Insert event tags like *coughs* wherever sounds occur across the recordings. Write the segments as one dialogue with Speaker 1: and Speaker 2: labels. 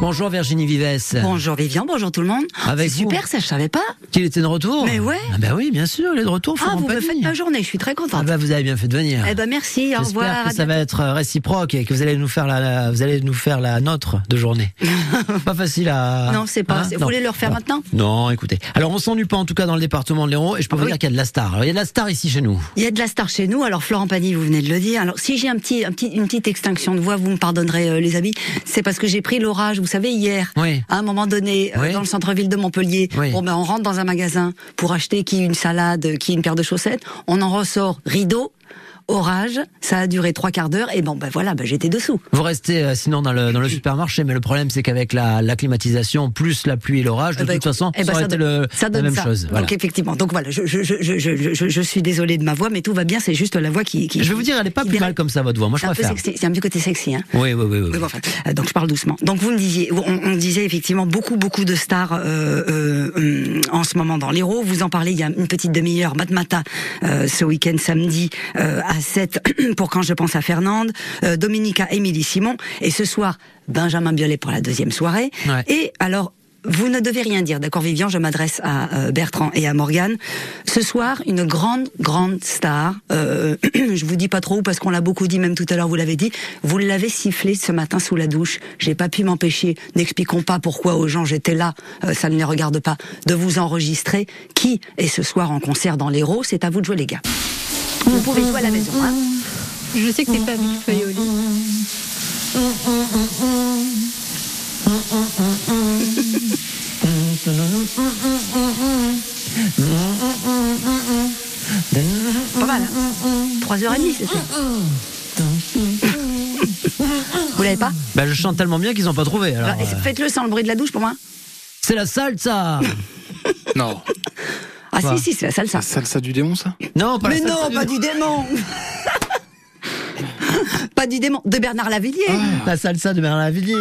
Speaker 1: Bonjour Virginie *laughs* Vives.
Speaker 2: Bonjour Vivian, bonjour tout le monde.
Speaker 1: Avec
Speaker 2: C'est
Speaker 1: vous.
Speaker 2: super, ça je savais pas.
Speaker 1: Qu'il était de retour
Speaker 2: Mais ouais.
Speaker 1: Ah bah oui, bien sûr, il est de retour.
Speaker 2: Ah,
Speaker 1: Florent
Speaker 2: vous me
Speaker 1: Pagny.
Speaker 2: faites ma journée, je suis très
Speaker 1: Ah
Speaker 2: contente.
Speaker 1: bah vous avez bien fait de venir.
Speaker 2: Eh ben merci, au
Speaker 1: J'espère
Speaker 2: revoir.
Speaker 1: que ça va être euh, réciproque et que vous allez nous faire la, la- vous allez nous faire la nôtre de
Speaker 2: *laughs*
Speaker 1: journée. pas facile à.
Speaker 2: Non, c'est pas.
Speaker 1: Hein
Speaker 2: c'est- vous
Speaker 1: Non.
Speaker 2: voulez le refaire maintenant
Speaker 1: Non, écoutez. Alors on s'ennuie pas en tout cas dans le département de l'Hérault et je peux
Speaker 2: Ah
Speaker 1: vous
Speaker 2: oui.
Speaker 1: dire qu'il y a de la star. Alors, il y a de la star ici chez nous.
Speaker 2: Il y a de la star chez nous. Alors Florent Pagny, vous venez de le dire. Alors si j'ai un petit, un petit, une petite extinction de voix, vous me pardonnerez euh, les amis. C'est parce que j'ai pris l'orage. Vous savez hier,
Speaker 1: Oui.
Speaker 2: à un moment donné, euh,
Speaker 1: Oui.
Speaker 2: dans le centre-ville de Montpellier,
Speaker 1: Oui.
Speaker 2: bon ben on rentre dans un magasin pour acheter qui une salade, qui une paire de chaussettes. On en ressort rideau, orage. Ça a duré trois quarts d'heure. Et bon ben voilà, ben, j'étais dessous.
Speaker 1: Vous restez euh, sinon dans le, dans
Speaker 2: *clears throat*
Speaker 1: le supermarché, mais le problème c'est qu'avec la, la climatisation plus la pluie et l'orage, de
Speaker 2: Eh ben,
Speaker 1: toute façon,
Speaker 2: eh ben,
Speaker 1: ça aurait été
Speaker 2: donne-
Speaker 1: le,
Speaker 2: ça
Speaker 1: la
Speaker 2: donne
Speaker 1: même
Speaker 2: ça.
Speaker 1: chose. Voilà.
Speaker 2: Donc effectivement, donc voilà, je, je, je, je, je, je- je suis désolée de ma voix, mais tout va bien, c'est juste la voix qui. qui
Speaker 1: Je vais vous dire, elle est pas
Speaker 2: qui
Speaker 1: plus
Speaker 2: dérape.
Speaker 1: mal comme ça votre voix. Moi je
Speaker 2: C'est un peu
Speaker 1: préfère.
Speaker 2: sexy, c'est un petit côté sexy, hein.
Speaker 1: Oui, oui, oui, oui.
Speaker 2: Oui, bon, enfin, euh, donc je parle doucement. Donc vous me disiez, on, on disait effectivement beaucoup beaucoup de stars euh, euh, hum, en ce moment dans l'Hérault. Vous en parlez il y a une petite demi-heure, Matmata, euh, ce week-end samedi euh, à 7 *coughs* pour quand je pense à Fernande, euh, Dominica, Émilie Simon, et ce soir Benjamin Biolay pour la deuxième soirée.
Speaker 1: Ouais.
Speaker 2: Et alors. Vous ne devez rien dire, d'accord Vivian Je m'adresse à euh, Bertrand et à Morgane. Ce soir, une grande, grande star, euh, *clears throat* je vous dis pas trop où parce qu'on l'a beaucoup dit, même tout à l'heure vous l'avez dit, vous l'avez sifflé ce matin sous la douche. J'ai pas pu m'empêcher, n'expliquons pas pourquoi aux gens j'étais là, euh, ça ne les regarde pas, de vous enregistrer. Qui est ce soir en concert dans l'Hérault C'est à vous de jouer les gars. Vous pouvez jouer à la maison. hein.
Speaker 3: Je sais que t'es pas avec feuille au lit.
Speaker 2: Pas mal. hein. Trois heures et demie, c'est ça Vous l'avez pas
Speaker 1: Ben, je chante tellement bien qu'ils n'ont pas trouvé. alors,
Speaker 2: Alors,
Speaker 1: euh,
Speaker 2: Ah, Faites-le sans le bruit de la douche pour moi.
Speaker 1: c'est la salsa
Speaker 4: Non.
Speaker 2: Ah
Speaker 1: Quoi
Speaker 2: si, si, c'est la salsa.
Speaker 4: La salsa du démon, ça
Speaker 1: *laughs* Non, pas
Speaker 2: Mais
Speaker 1: la
Speaker 2: non,
Speaker 1: salsa.
Speaker 2: pas du démon *laughs* Pas du démon, de Bernard Lavillier
Speaker 1: La salsa de Bernard Lavillier.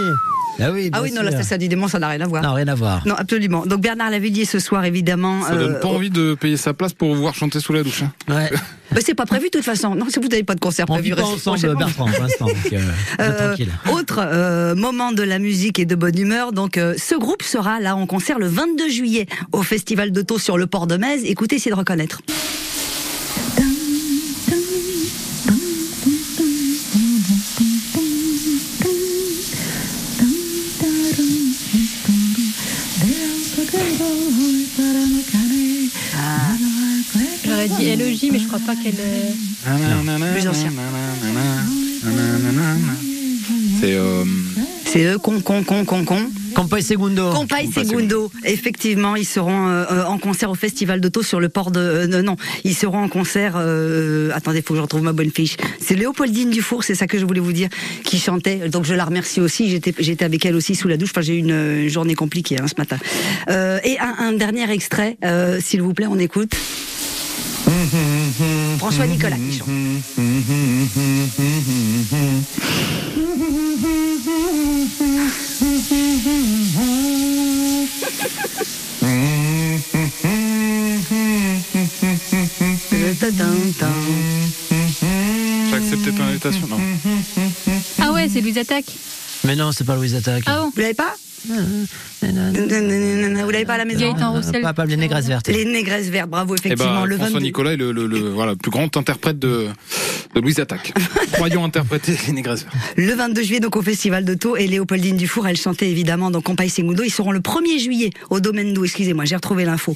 Speaker 1: Ah oui,
Speaker 2: Ah
Speaker 1: bien
Speaker 2: oui, non,
Speaker 1: sûr.
Speaker 2: la station du démon, ça n'a rien à voir.
Speaker 1: Non, rien à voir.
Speaker 2: Non, absolument. Donc Bernard Lavillier ce soir, évidemment.
Speaker 4: Ça donne
Speaker 2: euh,
Speaker 4: pas envie de payer sa place pour vous voir chanter sous la douche. hein.
Speaker 1: Ouais.
Speaker 2: bah, c'est pas prévu de toute façon. Non, si vous n'avez pas de concert
Speaker 1: On
Speaker 2: prévu.
Speaker 1: vit pas
Speaker 2: restez
Speaker 1: ensemble,
Speaker 2: prochainement.
Speaker 1: Bertrand, pour l'instant. donc, euh, vous êtes
Speaker 2: Euh,
Speaker 1: tranquille.
Speaker 2: autre euh, moment de la musique et de bonne humeur. Donc, euh, ce groupe sera là en concert le 22 juillet au Festival de Taux sur le Port de Metz. Écoutez, essayez de reconnaître.
Speaker 3: J'aurais dit élogie, mais je crois pas qu'elle. euh,
Speaker 2: Plus ancien.
Speaker 4: C'est. euh,
Speaker 2: C'est eux, con, con, con, con, con.
Speaker 1: Compay e Segundo.
Speaker 2: Compay
Speaker 4: Compay
Speaker 2: Segundo, effectivement, ils seront euh, euh, en concert au Festival d'Auto sur le port de... euh, non, non, ils seront en concert... euh, attendez, faut que je retrouve ma bonne fiche. C'est Léopoldine Dufour, c'est ça que je voulais vous dire, qui chantait. Donc je la remercie aussi, j'étais j'étais avec elle aussi sous la douche. Enfin, j'ai eu une, euh, une journée compliquée hein, ce matin. Euh, et un, un dernier extrait, euh, s'il vous plaît, on écoute. François Nicolas qui chante. Tadam, tam.
Speaker 4: J'ai accepté ton invitation, non
Speaker 3: Ah ouais, c'est Louise Attaque.
Speaker 1: Mais non, c'est pas Louise Attaque.
Speaker 3: Ah bon
Speaker 2: Vous l'avez pas Vous l'avez Ah, pas à la maison
Speaker 3: Gaëtan Roussel.
Speaker 1: Euh, Pas, pas les négresses vertes.
Speaker 2: Les négresses vertes, bravo,
Speaker 4: Eh
Speaker 2: effectivement.
Speaker 4: ben,
Speaker 2: le
Speaker 4: François
Speaker 2: 22.
Speaker 4: Nicolas est le, le- le- voilà, le plus grand interprète de, de Louise Attaque.
Speaker 2: *laughs*
Speaker 4: Croyons interpréter les négresseurs.
Speaker 2: Le 22 juillet, donc au Festival de Taux, et Léopoldine Dufour, elle chantait évidemment dans Compay Segundo. Ils seront le 1er juillet au Domaine d'Eau, excusez-moi, j'ai retrouvé l'info.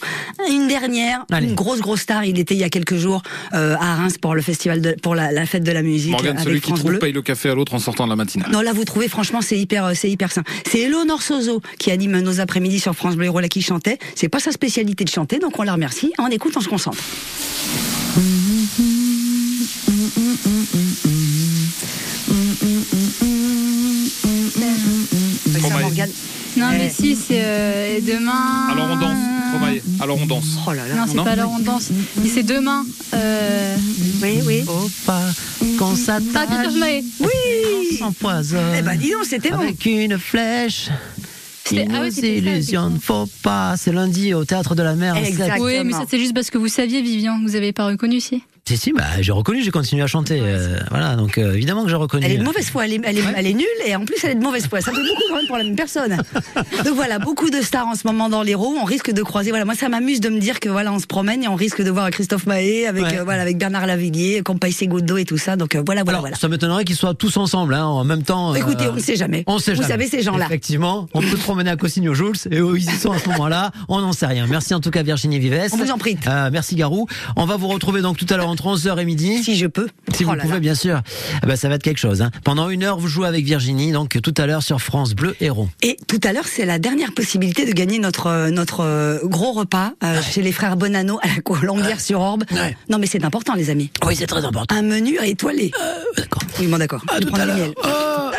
Speaker 2: Une dernière,
Speaker 1: Allez.
Speaker 2: une grosse, grosse star, il était il y a quelques jours euh, à Reims pour, le festival de, pour la, la fête de la musique.
Speaker 4: Morgane,
Speaker 2: avec
Speaker 4: celui qui
Speaker 2: France
Speaker 4: trouve
Speaker 2: Bleu.
Speaker 4: paye le café à l'autre en sortant de la matinale.
Speaker 2: Non, là, vous trouvez, franchement, c'est hyper, euh, c'est hyper sain. C'est Eleonore Sozo qui anime nos après-midi sur France Bleu Héros, là, qui chantait. C'est pas sa spécialité de chanter, donc on la remercie. On écoute, on se concentre. Mais ça,
Speaker 4: Tromaille.
Speaker 2: Morgane-
Speaker 3: Non,
Speaker 2: Ouais.
Speaker 3: mais si, c'est euh, et demain.
Speaker 4: Alors on danse, Romaille. Alors on danse.
Speaker 2: Oh là là.
Speaker 3: Non, c'est
Speaker 4: Non.
Speaker 3: pas alors on danse. Mais c'est demain. Euh...
Speaker 2: Oui, oui.
Speaker 1: Oh, pas qu'on
Speaker 3: Ah,
Speaker 1: s'attaque.
Speaker 3: Christophe Maé.
Speaker 1: on s'empoisonne.
Speaker 2: Eh ben, dis donc, c'était bon.
Speaker 1: Avec une flèche.
Speaker 3: C'était- ah ouais,
Speaker 1: Nos
Speaker 3: c'était ça,
Speaker 1: illusions ne faut pas. C'est lundi au théâtre de la mer. à
Speaker 2: Exact.
Speaker 1: Sète.
Speaker 3: Oui, mais ça, c'est juste parce que vous saviez, Vivian. Vous avez pas reconnu, si
Speaker 1: Si, si, bah, j'ai reconnu, j'ai continué à chanter. euh, voilà, donc euh, évidemment que j'ai reconnu.
Speaker 2: Elle est de mauvaise foi, elle est, elle est- elle est nulle et en plus elle est de mauvaise foi. Ça fait beaucoup quand même pour la
Speaker 1: *laughs*
Speaker 2: même personne. Donc voilà, beaucoup de stars en ce moment dans les roues. On risque de croiser. Voilà, moi ça m'amuse de me dire que voilà, on se promène et on risque de voir Christophe Mahé avec
Speaker 1: Ouais.
Speaker 2: euh, voilà avec Bernard Lavillier, Compaïs Godot et tout ça. Donc euh, voilà, voilà,
Speaker 1: Alors,
Speaker 2: voilà.
Speaker 1: ça m'étonnerait qu'ils soient tous ensemble, hein, en même temps. euh,
Speaker 2: Écoutez, on ne sait jamais.
Speaker 1: On sait
Speaker 2: Vous
Speaker 1: jamais.
Speaker 2: savez ces gens-là.
Speaker 1: Effectivement, on peut se promener à Cossignol Jules et eux, ils y sont à ce moment-là. On n'en sait rien. Merci en tout cas Virginie Vives.
Speaker 2: On vous en prie.
Speaker 1: Euh, merci Garou. On va vous retrouver donc tout à l'heure entre 11h et midi.
Speaker 2: Si je peux.
Speaker 1: Si vous
Speaker 2: Oh
Speaker 1: le
Speaker 2: là
Speaker 1: pouvez,
Speaker 2: là.
Speaker 1: bien sûr. Eh ben, ça va être quelque chose. hein. Pendant une heure, vous jouez avec Virginie, donc tout à l'heure sur France Bleu Héros.
Speaker 2: Et tout à l'heure, c'est la dernière possibilité de gagner notre euh, notre euh, gros repas euh, chez les frères Bonanno à la Colombière-sur-Orbe.
Speaker 1: Ouais.
Speaker 2: Non mais c'est important les amis.
Speaker 1: Oui, c'est très important.
Speaker 2: Un menu étoilé.
Speaker 1: Euh, D'accord.
Speaker 2: Oui, bon d'accord.
Speaker 1: À
Speaker 2: Je
Speaker 1: tout
Speaker 2: prends
Speaker 1: à
Speaker 2: le
Speaker 1: l'heure.
Speaker 2: miel.
Speaker 1: Oh,